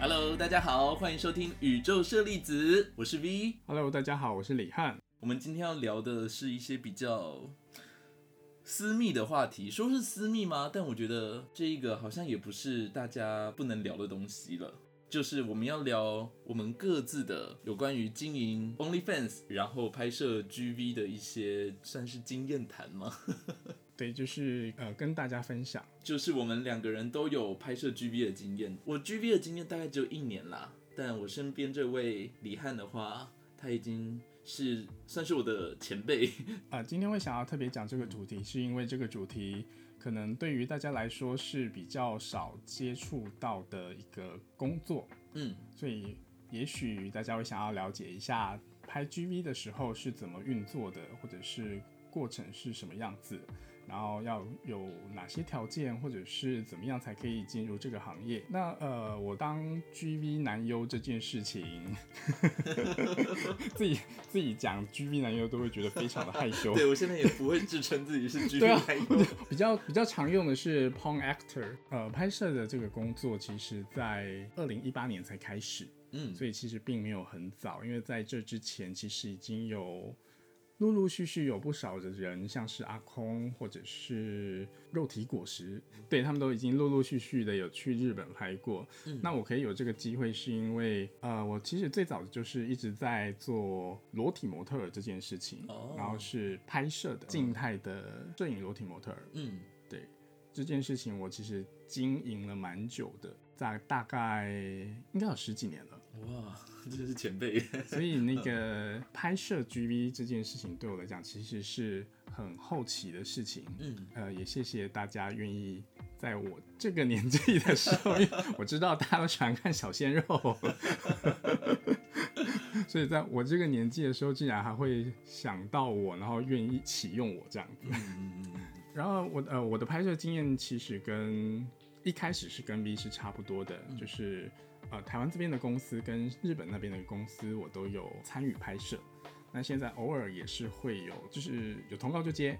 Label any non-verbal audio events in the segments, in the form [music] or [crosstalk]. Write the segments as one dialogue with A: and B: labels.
A: Hello，大家好，欢迎收听宇宙射粒子，我是 V。
B: Hello，大家好，我是李汉。
A: 我们今天要聊的是一些比较私密的话题，说是私密吗？但我觉得这一个好像也不是大家不能聊的东西了。就是我们要聊我们各自的有关于经营 OnlyFans，然后拍摄 GV 的一些算是经验谈吗？
B: 对，就是呃，跟大家分享。
A: 就是我们两个人都有拍摄 GV 的经验，我 GV 的经验大概只有一年啦，但我身边这位李汉的话，他已经是算是我的前辈， [laughs]
B: 啊、今天会想要特别讲这个主题，是因为这个主题可能对于大家来说是比较少接触到的一个工作，
A: 嗯，
B: 所以也许大家会想要了解一下拍 GV 的时候是怎么运作的，或者是过程是什么样子，然后要有哪些条件，或者是怎么样才可以进入这个行业。那呃，我当 GV 男优这件事情， [laughs] 自己自己讲 GV 男优都会觉得非常的害羞。
A: 对我现在也不会自称自己
B: [laughs]
A: 是 GV
B: 哦对啊
A: 男优，
B: 比较比较常用的是 Pong Actor，呃，拍摄的这个工作其实在二零一八年才开始，
A: 嗯，
B: 所以其实并没有很早，因为在这之前其实已经有陆陆续续有不少的人，像是阿空或者是肉体果实，对他们都已经陆陆续续的有去日本拍过。那我可以有这个机会，是因为呃，我其实最早就是一直在做裸体模特儿这件事情，
A: 哦
B: 然后是拍摄的静态的摄影裸体模特儿。
A: 嗯，
B: 对这件事情，我其实经营了蛮久的，在大概应该有十几年了。
A: 哇，这就是前辈， [laughs]
B: 所以那个拍摄 GV 这件事情对我来讲，其实是很后期的事情。
A: 嗯，
B: 呃，也谢谢大家愿意在我这个年纪的时候，因为我知道大家都喜欢看小鲜肉， [laughs] 所以在我这个年纪的时候，竟然还会想到我，然后愿意启用我这样子。然后我呃我的拍摄经验其实跟一开始是跟 V 是差不多的，就是呃台湾这边的公司跟日本那边的公司我都有参与拍摄。那现在偶尔也是会有，就是有通告就接，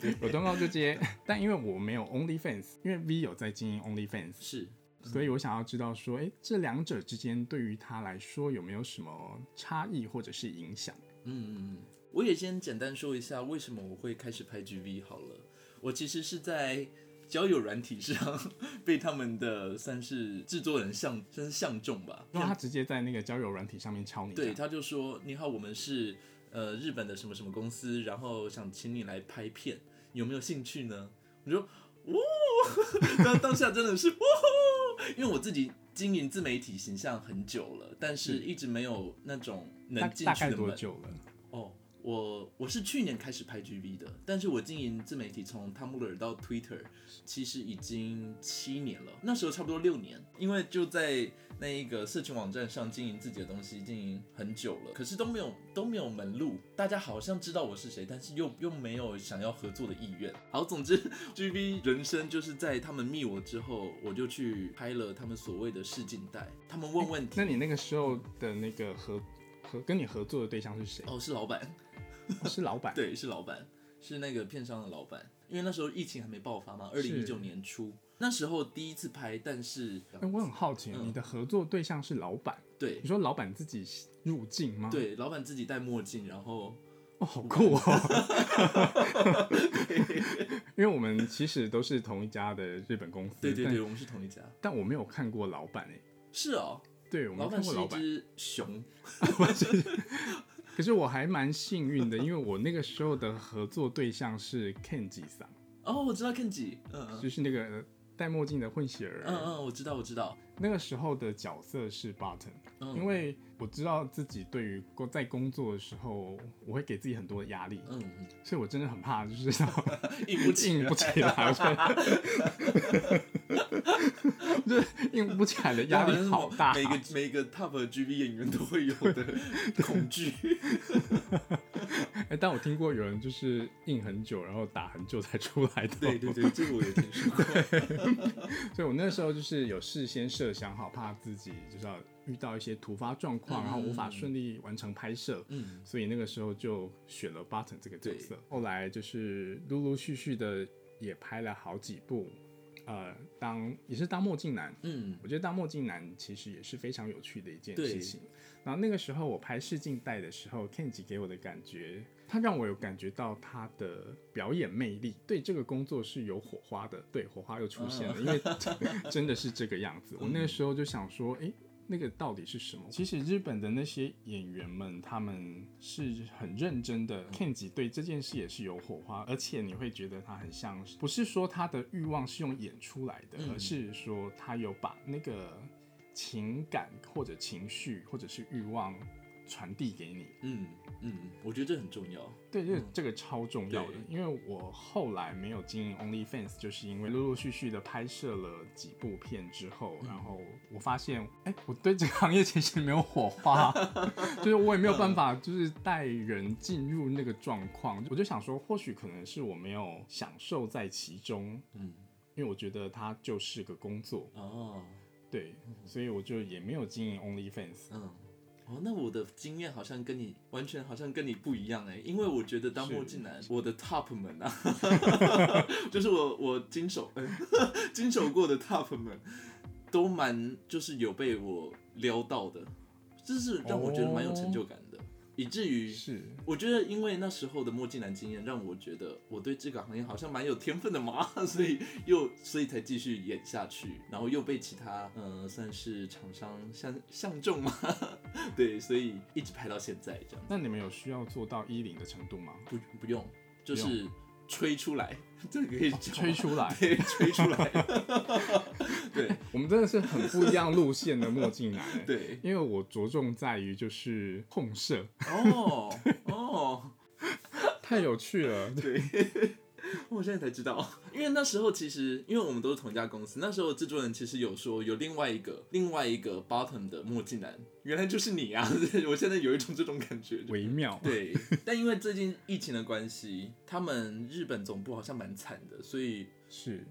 A: 对，
B: [laughs] 有通告就接。但因为我没有 OnlyFans，因为 V 有在经营 OnlyFans，
A: 是，
B: 所以我想要知道说，诶，这两者之间对于他来说有没有什么差异或者是影响？
A: 嗯，我也先简单说一下为什么我会开始拍 GV 好了。我其实是在交友软体上 [laughs] 被他们的算是制作人相，算是相中吧。
B: 因为他直接在那个交友软体上面敲你这
A: 对，
B: 样，
A: 他就说：“你好，我们是呃日本的什么什么公司，然后想请你来拍片，有没有兴趣呢？”我就哇， [laughs] 当当下真的是哇，哦因为我自己经营自媒体形象很久了，但是一直没有那种能进
B: 大大
A: 去
B: 概
A: 的
B: 多
A: 门。
B: 久了？
A: 哦，我我是去年开始拍 GV 的，但是我经营自媒体从汤姆勒到 Twitter，其实已经七年了，那时候差不多六年，因为就在那一个社群网站上经营自己的东西，经营很久了，可是都没有都没有门路，大家好像知道我是谁，但是又又没有想要合作的意愿。好，总之 GB 人生就是在他们密我之后，我就去拍了他们所谓的试镜带，他们问问题，
B: 那你那个时候的那个合合跟你合作的对象是谁？
A: 哦，是老板。
B: 是老板。
A: 对，是老板，是那个片商的老板，因为那时候疫情还没爆发嘛，二零一
B: 是
A: 九年初，那时候第一次拍，但是
B: 哎，我很好奇，
A: 嗯
B: 你的合作对象是老板？
A: 对
B: 你说老板自己入境吗？，
A: 对，老板自己戴墨镜，然后
B: 哦，好
A: [laughs]
B: 酷哦！因为我们其实都是同一家的日本公司，
A: 对对
B: 但
A: 对，，我们是同一家，
B: 但我没有看过老板哎。
A: 是哦，
B: 对，我
A: 老
B: 没有
A: 板
B: 看过
A: 是一
B: 老板，
A: 只熊，
B: 可是我还蛮幸运的，因为我那个时候的合作对象是 Kenji 桑，
A: 哦，我知道 Kenji，嗯嗯
B: 就是那个呃戴墨镜的混血儿。
A: 嗯嗯，我知道我知道，
B: 那个时候的角色是 Button，、
A: 嗯
B: 因为我知道自己对于工在工作的时候，我会给自己很多的压力，
A: 嗯，嗯
B: 所以我真的很怕，就是
A: [laughs]
B: [laughs]
A: 硬不起
B: 硬不
A: 来，
B: 起来，我觉得就是硬不起来的
A: [laughs]
B: 压
A: 好像
B: 力
A: 是
B: 好
A: 某
B: 大。
A: 每个每个 top GB 演员都会有
B: [laughs]
A: 的恐惧，
B: 哎，但我听过有人就是硬很久，然后打很久才出来的。
A: 对对对，这个我也听说过，
B: 所以我那时候就是有事先设想好，怕自己就是要遇到一些突发状况，然后无法顺利完成拍摄，
A: 嗯，
B: 所以那个时候就选了 Button 这个角色。后来就是陆陆续续的也拍了好几部，呃当也是当墨镜男，
A: 嗯
B: 我觉得当墨镜男其实也是非常有趣的一件
A: 对
B: 事情。然后那个时候我拍试镜带的时候，Kenji 给我的感觉，他让我有感觉到他的表演魅力，对这个工作是有火花的，对火花又出现
A: 嗯
B: 了，因为 [laughs] 真的是这个样子。我那个时候就想说，诶，那个到底是什么？其实日本的那些演员们，他们是很认真的。Kenji 对这件事也是有火花，而且你会觉得他很像是，不是说他的欲望是用演出来的，
A: 嗯
B: 而是说他有把那个情感或者情绪或者是欲望传递给你。
A: 嗯嗯，我觉得这很重要。
B: 对，这这个超重要的
A: 对，
B: 因为我后来没有经营 OnlyFans，就是因为陆陆续续的拍摄了几部片之后，然后我发现，哎、我对这个行业其实没有火花，就是我也没有办法，就是带人进入那个状况。我就想说，或许可能是我没有享受在其中，
A: 嗯，
B: 因为我觉得它就是个工作，
A: 哦，
B: 对，所以我就也没有经营 OnlyFans。
A: 嗯，哦，那我的经验好像跟你完全好像跟你不一样哎，因为我觉得当
B: 是
A: 墨镜男，我的 top 们啊，就是我我经手、 [laughs] 呃、经手过的 top 们，都蛮就是有被我撩到的，这是让我觉得蛮有成就感的，以至于。
B: 是，
A: 我觉得，因为那时候的墨镜男经验，让我觉得我对这个行业好像蛮有天分的嘛，所以又所以才继续演下去，然后又被其他呃算是厂商相相中嘛， [laughs] 对，所以一直拍到现在这样，
B: 那你们有需要做到衣领的程度吗？
A: 不不用就是吹出来， [laughs] 这个可以讲吗
B: 吹出来。
A: 对，吹出来，对
B: 我们真的是很不一样路线的墨镜男、欸，
A: 对，
B: 因为我着重在于就是控射，
A: [laughs] 哦哦。
B: 太有趣了。
A: 对，我现在才知道， [laughs] 因为那时候其实，因为我们都是同一家公司，那时候制作人其实有说有另外一个另外一个 bottom 的墨镜男，原来就是你啊！ [laughs] 我现在有一种这种感觉。
B: 微妙，
A: 对，但因为最近疫情的关系，他们日本总部好像蛮惨的，所以
B: 是。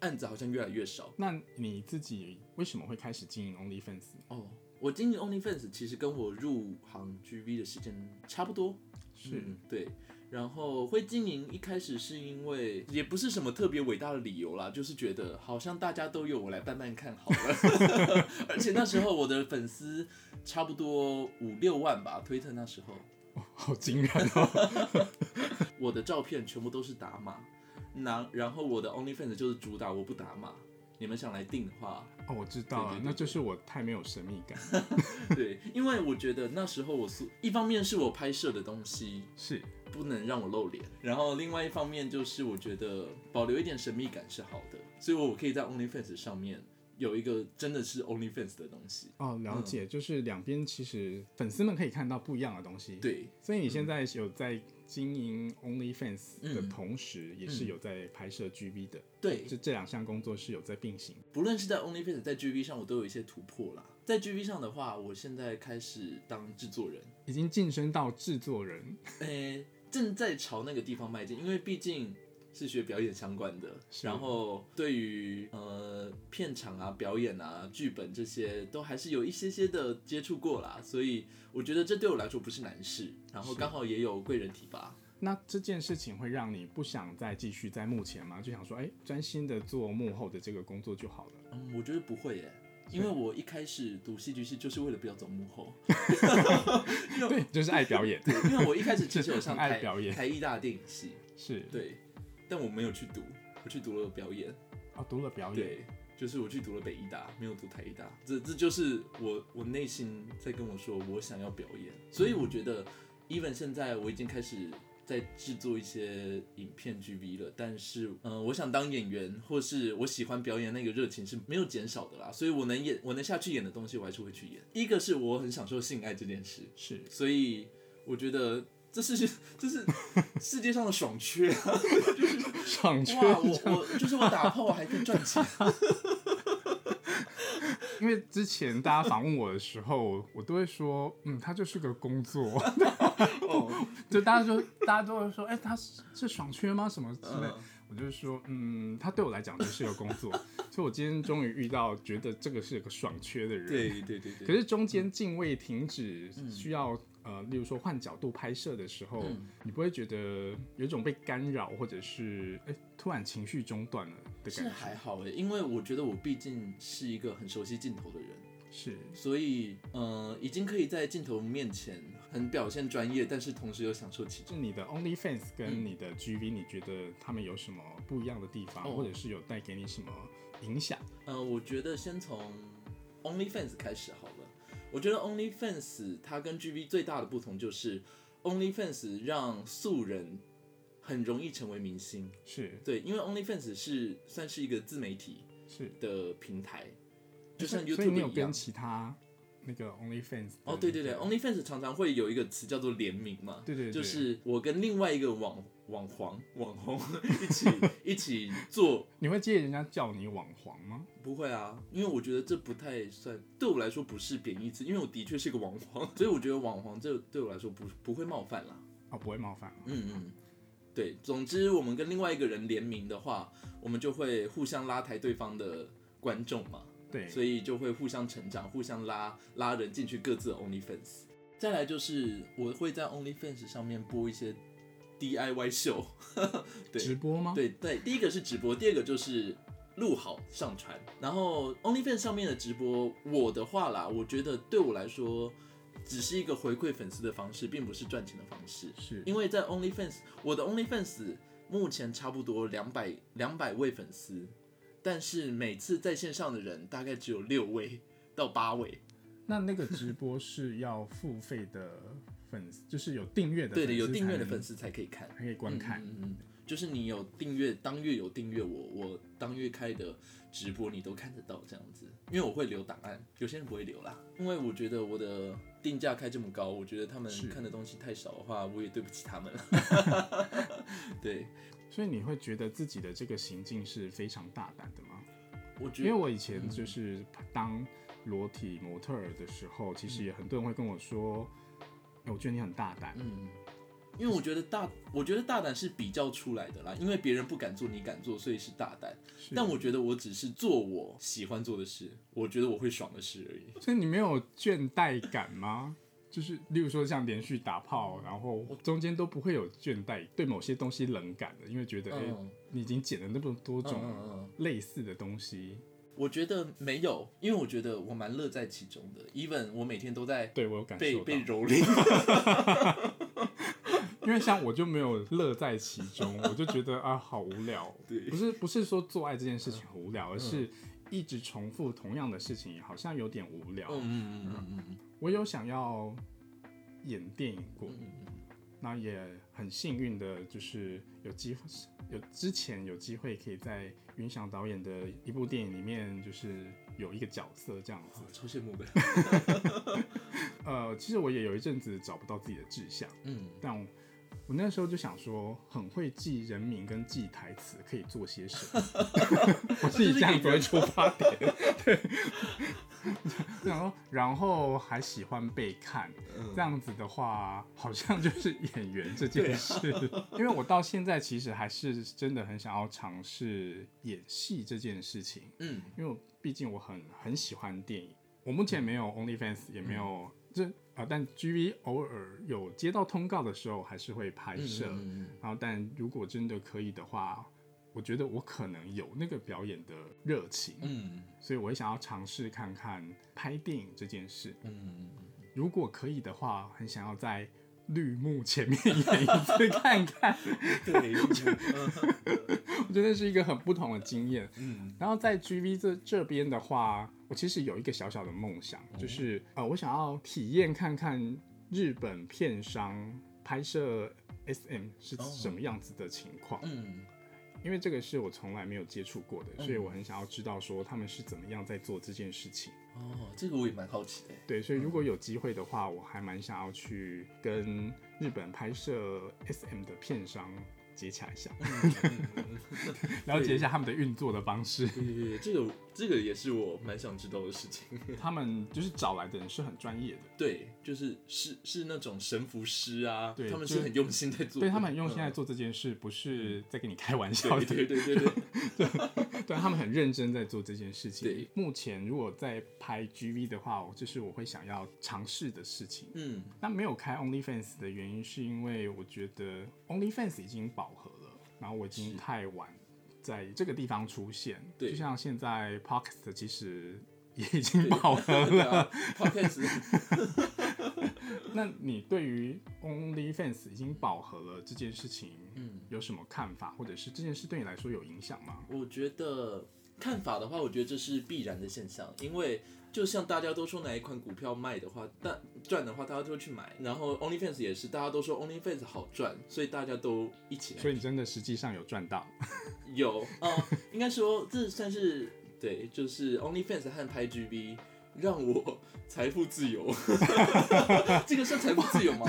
A: 案子好像越来越少。
B: 那你自己为什么会开始经营 OnlyFans？
A: 哦，我经营 OnlyFans 其实跟我入行 GV 的时间差不多，
B: 是
A: 嗯、对。然后会经营，一开始是因为也不是什么特别伟大的理由啦，就是觉得好像大家都有，我来办办看好了。 [laughs] 而且那时候我的粉丝差不多五六万吧，推特那时候，
B: 好惊人
A: [laughs]
B: 哦！
A: 我的照片全部都是打码，那然后我的 OnlyFans 就是主打我不打码，你们想来订的话，
B: 哦，我知
A: 对对
B: 道了
A: 对，对
B: 那就是我太没有神秘感。
A: 对，因为我觉得那时候我是一方面是我拍摄的东西
B: 是，
A: 不能让我露脸，然后另外一方面就是我觉得保留一点神秘感是好的，所以我可以在 OnlyFans 上面有一个真的是 OnlyFans 的东西。
B: 哦，了
A: 嗯
B: 解，就是两边其实粉丝们可以看到不一样的东西。，
A: 对，
B: 所以你现在有在经营 OnlyFans 的
A: 嗯
B: 同时，也是有在拍摄 GV 的，
A: 对，
B: 就这两项工作是有在并行的。
A: 不论是在 OnlyFans 在 GB 上，我都有一些突破啦。在 GB 上的话，我现在开始当制作人，
B: 已经晋升到制作人，
A: 诶、正在朝那个地方迈进，因为毕竟是学表演相关的，
B: 是
A: 然后对于呃片场啊、表演啊、剧本这些，都还是有一些些的接触过啦，所以我觉得这对我来说不是难事，然后
B: 是
A: 刚好也有贵人提拔。
B: 那这件事情会让你不想再继续在幕前吗？就想说，哎、专心的做幕后的这个工作就好了。
A: 嗯，我觉得不会耶。因为我一开始读戏剧系就是为了不要走幕后，
B: 对，就是爱表演， [laughs]
A: 对，因为我一开始其实有上
B: 爱
A: 台
B: 表演
A: 台艺大电影系，
B: 是
A: 对，但我没有去读，我去读了表演，
B: 哦，读了表演，
A: 对，就是我去读了北医大，没有读台医大，这这就是我我内心在跟我说我想要表演，所以我觉得，even 现在我已经开始在制作一些影片 GV 了，但是嗯、呃我想当演员或是我喜欢表演那个热情是没有减少的啦，所以我能演我能下去演的东西我还是会去演，一个是我很享受性爱这件事，
B: 是
A: 所以我觉得。这是 [laughs] 这是世界上的爽缺啊！ [laughs]
B: 上去。
A: 哇，我我就是我打炮还可以赚钱，
B: 因为之前大家访问我的时候，我都会说，嗯，他就是个工作， [laughs]
A: 哦，
B: 就大家就大家都会说，哎、他是是爽缺吗？什么之类的
A: 嗯
B: 我就是说，嗯，他对我来讲就是个工作， [laughs] 所以我今天终于遇到觉得这个是个爽缺的人。
A: 对对对嗯对。
B: 可是中间敬畏停止，需要呃，例如说换角度拍摄的时候，
A: 嗯
B: 你不会觉得有一种被干扰，或者是哎、突然情绪中断了，的感
A: 是
B: 觉。
A: 还好诶，因为我觉得我毕竟是一个很熟悉镜头的人，
B: 是
A: 所以嗯、呃已经可以在镜头面前很表现专业，但是同时又享受其中。
B: 就你的 OnlyFans
A: 嗯
B: 跟你的 GV，、你觉得他们有什么不一样的地方，
A: 哦
B: 或者是有带给你什么影响？
A: 嗯、我觉得先从 OnlyFans 开始好了。我觉得 OnlyFans 它跟 GB 最大的不同就是 OnlyFans 让素人很容易成为明星，
B: 是
A: 对，因为 OnlyFans 是算是一个自媒体
B: 是，
A: 的平台，就像
B: 所以你
A: YouTube
B: 有
A: 一
B: 跟
A: 样。
B: 其他那个 OnlyFans 的
A: 哦，对对对
B: 那个
A: ，OnlyFans 常常会有一个词叫做联名嘛，
B: 对对对
A: 就是我跟另外一个网网黄网红一起一起做，
B: 你会介意人家叫你网黄吗？
A: 不会啊，因为我觉得这不太算，对我来说不是贬义词，因为我的确是个网黄， [laughs] 所以我觉得网黄这对我来说不不会冒犯啦。
B: 哦，不会冒犯吗？
A: 嗯嗯，对，总之我们跟另外一个人联名的话，我们就会互相拉抬对方的观众嘛，
B: 对，
A: 所以就会互相成长，互相拉拉人进去各自的 OnlyFans。再来就是我会在 OnlyFans 上面播一些 DIY 秀，对
B: 直播吗？，
A: 对对，第一个是直播，第二个就是录好上传。然后 OnlyFans 上面的直播，我的话啦，我觉得对我来说只是一个回馈粉丝的方式，并不是赚钱的方式。
B: 是
A: 因为在 OnlyFans，我的 OnlyFans 目前差不多两百两百位粉丝，但是每次在线上的人大概只有六位到八位，
B: 那那个直播是要付费的粉丝， [laughs] 就是有订阅的
A: 对的，
B: 粉丝
A: 有订阅的
B: 才能
A: 粉丝才可以看。
B: 才可以观看。
A: 嗯嗯嗯，就是你有订阅，当月有订阅我，我当月开的直播你都看得到这样子，因为我会留档案，有些人不会留啦，因为我觉得我的定价开这么高，我觉得他们
B: 是
A: 看的东西太少的话，我也对不起他们了。 [laughs] 对，
B: 所以你会觉得自己的这个行径是非常大胆的吗？
A: 我觉
B: 因为
A: 得
B: 我以前就是当裸体模特儿的时候，其实也很多人会跟我说，哎我觉得你很大胆。
A: 嗯，因为我觉得大，我觉得大胆是比较出来的啦，因为别人不敢做，你敢做，所以是大胆。
B: 是
A: 但我觉得我只是做我喜欢做的事，我觉得我会爽的事而已。
B: 所以你没有倦怠感吗？就是例如说像连续打炮，然后中间都不会有倦怠，对某些东西冷感的，因为觉得哎、诶
A: 嗯
B: 你已经剪了那么多
A: 嗯嗯
B: 种
A: 嗯
B: 类似的东西，
A: 我觉得没有，因为我觉得我蛮乐在其中的。even 我每天都在
B: 对我有感
A: 被
B: 受到
A: 被。蹂躏。
B: 因为像我就没有乐在其中，我就觉得啊好无聊。
A: [laughs] 对嗯
B: 不是不是说做爱这件事情很无聊，而是一直重复同样的事情，好像有点无聊。
A: 嗯嗯嗯嗯嗯
B: 我有想要演电影过，
A: 嗯嗯，
B: 那也很幸运的，就是有机会有之前有机会可以在云翔导演的一部电影里面，就是有一个角色这样子
A: 好。超羡慕的。
B: 呃，其实我也有一阵子找不到自己的志向，
A: 嗯
B: 但我我那时候就想说，很会记人名跟记台词，可以做些什 [laughs] 么？我是以这样子为出发点，对。 [laughs] 然后，然后还喜欢被看，这样子的话，好像就是演员这件事。 [laughs] 因为我到现在其实还是真的很想要尝试演戏这件事情，
A: 嗯，
B: 因为我毕竟我很很喜欢电影，我目前没有
A: 嗯
B: OnlyFans，也没有这啊、但 GV 偶尔有接到通告的时候，还是会拍摄。
A: 嗯
B: 然后，但如果真的可以的话，我觉得我可能有那个表演的热情，
A: 嗯
B: 所以我也想要尝试看看拍电影这件事。
A: 嗯，
B: 如果可以的话，很想要在绿幕前面 [laughs] 演一次看看，
A: 对，
B: 我觉得是一个很不同的经验。
A: 嗯
B: 然后在 GV 这这边的话，我其实有一个小小的梦想，就是呃，我想要体验看看日本片商拍摄 SM 是什么样子的情况，
A: 嗯
B: 因为这个是我从来没有接触过的，所以我很想要知道说他们是怎么样在做这件事情。
A: 哦，这个我也蛮好奇的。
B: 对，所以如果有机会的话，我还蛮想要去跟日本拍摄 SM 的片商接洽一下，了解一下他们的运作的方式。
A: 对对对，这个这个也是我蛮想知道的事情。
B: 他们就是找来的人是很专业的。
A: 对，就是是是那种神符师啊，
B: 对
A: 他们
B: 就是
A: 是很用心在做的，嗯
B: 对他们很用心在做这件事，不是在跟你开
A: [laughs]
B: 玩笑
A: 对对
B: 的。
A: 对对对，
B: 对他们很认真在做这件事情
A: 对。
B: 目前如果在拍 GV 的话，我这是我会想要尝试的事情。
A: 嗯
B: 那没有开 OnlyFans 的原因，是因为我觉得 OnlyFans 已经饱和了，然后我已经太晚在这个地方出现。
A: 对
B: 就像现在 Podcast 其实也已经
A: 对
B: [laughs] 饱和
A: [laughs] 对
B: 了。
A: 啊，podcast
B: 那你对于 OnlyFans 已经饱和了这件事情，
A: 嗯
B: 有什么看法，或者是这件事对你来说有影响吗？
A: 我觉得看法的话，我觉得这是必然的现象，因为就像大家都说哪一款股票卖的话，但赚的话大家都会去买，然后 OnlyFans 也是，大家都说 OnlyFans 好赚，所以大家都一起
B: 所
A: 来。
B: 以你真的实际上有赚到，
A: 有，呃，应该说这算是 [laughs] 对，就是 OnlyFans 和拍 GB 让我财富自 [laughs] 由，这个算财富自由 [laughs] 吗？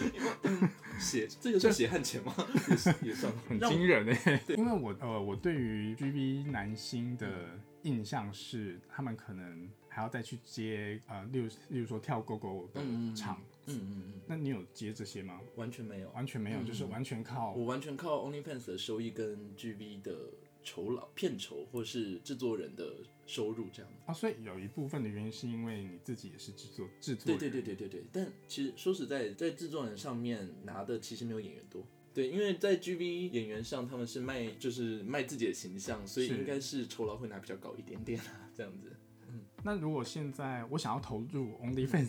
A: 因为嗯，血这个算血汗钱吗？也是也算吧，
B: 很
A: 让我
B: 惊人诶、因为我呃，我对于 GB 男星的印象是，他们可能还要再去接呃，例如例如说跳狗狗的
A: 嗯嗯嗯
B: 场。
A: 嗯嗯嗯，
B: 那你有接这些吗？
A: 完全没有。
B: 完全没有，就是完全靠
A: 我完全靠 OnlyFans 的收益跟 GB 的酬劳、片酬或是制作人的收入这样。
B: 啊，所以有一部分的原因是因为你自己也是制作制作
A: 对
B: 人，
A: 对对对对对，但其实说实在，在制作人上面拿的其实没有演员多。对，因为在 GB 演员上，他们是卖就是卖自己的形象，所以
B: 是
A: 应该是酬劳会拿比较高一点点啊，这样子。
B: 那如果现在我想要投入 OnlyFans，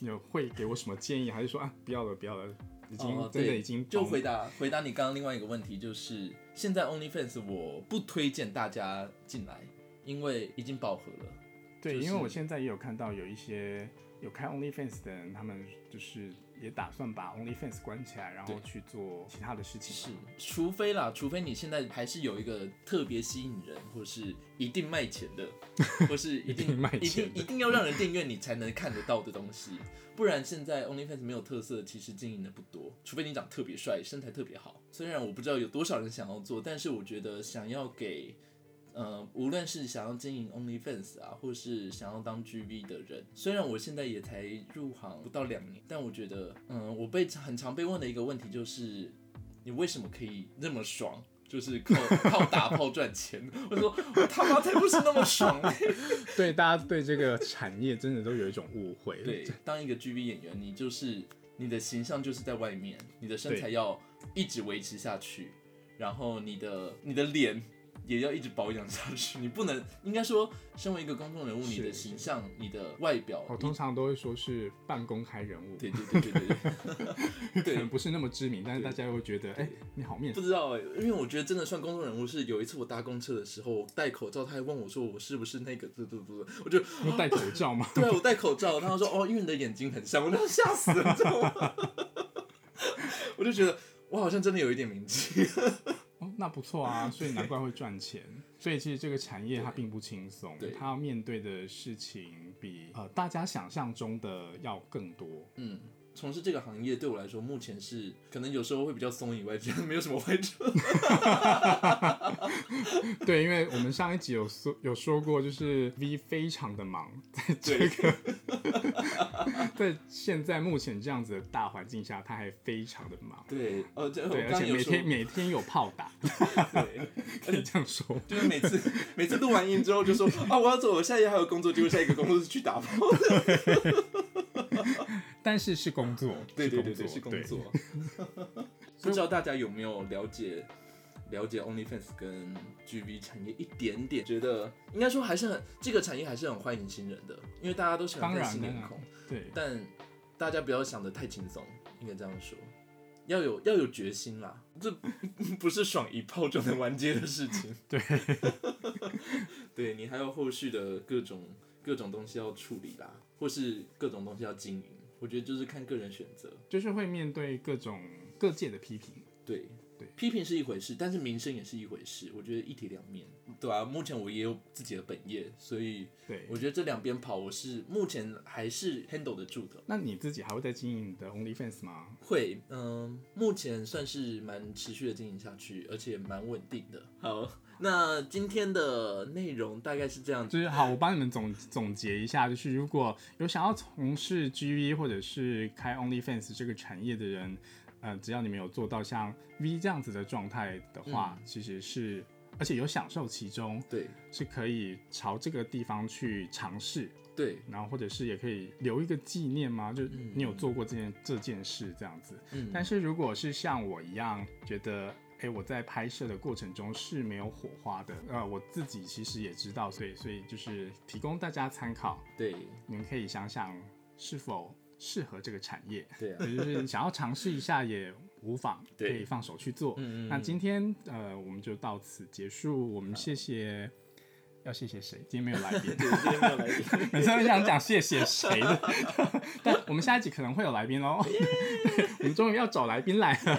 B: 你 [laughs] 有会给我什么建议？还是说啊，不要了，不要了，已经、
A: 哦
B: 真的
A: 对
B: 已经
A: 就
B: 崩
A: 回答回答你刚刚另外一个问题，就是现在 OnlyFans 我不推荐大家进来，因为已经饱和了。
B: 对，
A: 就是
B: 因为我现在也有看到有一些有开 OnlyFans 的人，他们就是也打算把 OnlyFans 关起来，然后
A: 对
B: 去做其他的事
A: 是
B: 情吧。，
A: 除非啦，除非你现在还是有一个特别吸引人，或是一定卖钱的，
B: [laughs]
A: 或是一定
B: 一定卖
A: 一
B: 钱
A: 定
B: 的
A: 一定要让人订阅你才能看得到的东西，不然现在 OnlyFans 没有特色，其实经营的不多。除非你长特别帅，身材特别好。虽然我不知道有多少人想要做，但是我觉得想要给。呃，无论是想要经营 OnlyFans 啊，或是想要当 GV 的人，虽然我现在也才入行不到两年，但我觉得，嗯，我被很常被问的一个问题就是，你为什么可以那么爽？就是靠靠打炮赚钱。我说我他妈才不是那么爽嘞、
B: [laughs] 对，大家对这个产业真的都有一种误会。
A: 对，当一个 GB 演员，你就是你的形象就是在外面，你的身材
B: 对
A: 要一直维持下去，然后你的你的脸。也要一直保养下去，你不能应该说，身为一个公众人物，
B: 是
A: 你的形象、你的外表，
B: 我通常都会说是半公开人物，
A: 对对对对对对， [laughs]
B: 可
A: 对
B: 能不是那么知名，但是大家又会觉得，哎、你好面
A: 不知道哎、因为我觉得真的算公众人物是有一次我搭公车的时候，我戴口罩，他还问我说我是不是那个，对对对，我就
B: 熟，又戴口罩吗？
A: 对我戴口罩，然后说哦，因为你的眼睛很像，我就 [laughs] 吓死了，你知道吗？ [laughs] 我就觉得我好像真的有一点名气，
B: 哦，那不错啊，所以难怪会赚钱。所以其实这个产业它并不轻松
A: 对，
B: 它要面对的事情比呃大家想象中的要更多。 [laughs]
A: 嗯。从事这个行业对我来说，目前是可能有时候会比较松以外，觉得没有什么坏处。
B: 对，因为我们上一集有说有说过，就是 V 非常的忙，在这
A: 对
B: 个在现在目前这样子的大环境下，他还非常的忙。
A: 对，呃，这我
B: 对，
A: 刚
B: 而
A: 刚
B: 且
A: 有
B: 每
A: 说，
B: 天每天有炮打，
A: [laughs] 对，
B: 可以这样说。
A: 就是每次每次录完音之后就说啊，我要走，我下一页还有工作，结果下一个工作是去打包。
B: 但是是工作，
A: 对对对
B: 对，
A: 对，是工作。 [laughs] 不知道大家有没有了解了解 OnlyFans 跟 GV 产业一点点？觉得应该说还是很这个产业还是很欢迎新人的，因为大家都喜欢
B: 当
A: 看
B: 然
A: 新
B: 当
A: 脸
B: 然
A: 孔。
B: 对
A: 但大家不要想的太轻松，应该这样说，要有要有决心啦，这 [laughs] 不是爽一炮就能完结的事情。
B: 对， [laughs]
A: 对你还有后续的各种各种东西要处理啦，或是各种东西要经营，我觉得就是看个人选择。
B: 就是会面对各种各界的批评。
A: 对
B: 对
A: 批评是一回事，但是名声也是一回事，我觉得一体两面，对啊，目前我也有自己的本业，所以
B: 对，
A: 我觉得这两边跑，我是目前还是 handle 得住的。
B: 那你自己还会再经营你的 OnlyFans 吗？
A: 会，嗯、目前算是蛮持续的经营下去，而且蛮稳定的。好，那今天的内容大概是这样子。
B: 就是好，我帮你们总总结一下，就是如果有想要从事 GV 或者是开 OnlyFans 这个产业的人，呃，只要你们有做到像 V 这样子的状态的话，其实是而且有享受其中，
A: 对
B: 是可以朝这个地方去尝试，
A: 对，
B: 然后或者是也可以留一个纪念嘛，就
A: 嗯
B: 你有做过这件这件事这样子。
A: 嗯，
B: 但是如果是像我一样觉得，哎、诶，我在拍摄的过程中是没有火花的。呃，我自己其实也知道，所以所以就是提供大家参考，
A: 对
B: 你们可以想想是否适合这个产业，
A: 对 [laughs] 啊，
B: 也就是想要尝试一下也无妨，可
A: 对
B: 以放手去做。
A: 嗯嗯
B: 那今天呃，我们就到此结束，我们谢谢。要谢谢谁？今天没有来
A: [laughs]
B: 宾，
A: 对，今天没有来 [laughs] 宾。
B: 每次都想讲谢谢谁的， [laughs] 但我们下一集可能会有来宾 [laughs] 喽。我们终于要找来宾来了，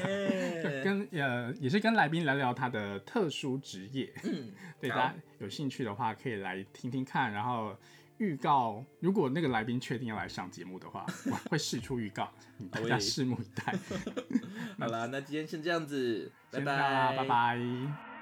B: 跟呃也是跟来宾聊聊他的特殊职业。
A: 嗯，
B: [laughs] 对
A: 好
B: 大家有兴趣的话，可以来听听看。然后预告，如果那个来宾确定要来上节目的话，我会试出预告，你大家
A: 喂 [laughs]
B: 拭目以待。
A: 好啦，那今天先这样子，拜
B: 先到啦
A: 拜，
B: 拜拜。